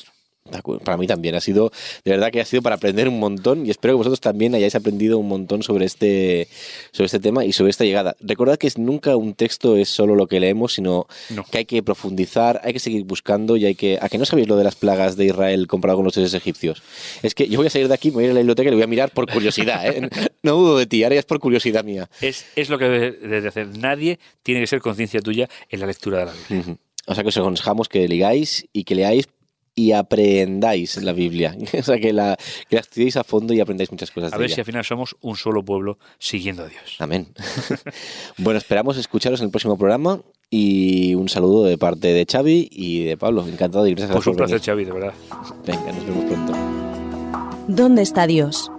A: De acuerdo. Para mí también ha sido, de verdad que ha sido para aprender un montón y espero que vosotros también hayáis aprendido un montón sobre este, sobre este tema y sobre esta llegada. Recordad que es- nunca un texto es solo lo que leemos, sino
B: No.
A: que hay que profundizar, hay que seguir buscando y hay que... ¿A que no sabéis lo de las plagas de Israel comparado con los dioses egipcios? Es que yo voy a salir de aquí, me voy a ir a la biblioteca y lo voy a mirar por curiosidad. ¿eh? No dudo de ti, ahora ya es por curiosidad mía.
E: Es, es lo que debes de hacer. Nadie tiene que ser conciencia tuya en la lectura de la Biblia.
A: Ujú. O sea que os aconsejamos que ligáis y que leáis y aprehendáis la Biblia. [laughs] o sea que la, que la estudiéis a fondo y aprendáis muchas cosas.
E: A
A: de
E: ver
A: ella.
E: si al final somos un solo pueblo siguiendo a Dios.
A: Amén. [laughs] bueno, esperamos escucharos en el próximo programa y un saludo de parte de Xavi y de Pablo. Encantado y gracias
E: Pues
A: por
E: un placer,
A: venir.
E: Xavi, de verdad.
A: Venga, nos vemos pronto.
D: ¿Dónde está Dios?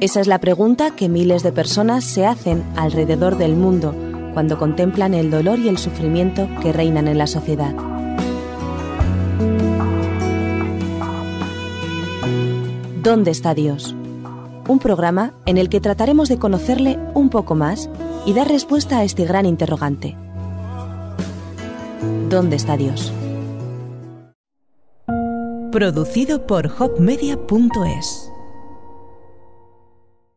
D: Esa es la pregunta que miles de personas se hacen alrededor del mundo cuando contemplan el dolor y el sufrimiento que reinan en la sociedad. ¿Dónde está Dios? Un programa en el que trataremos de conocerle un poco más y dar respuesta a este gran interrogante. ¿Dónde está Dios?
F: Producido por hopmedia.es.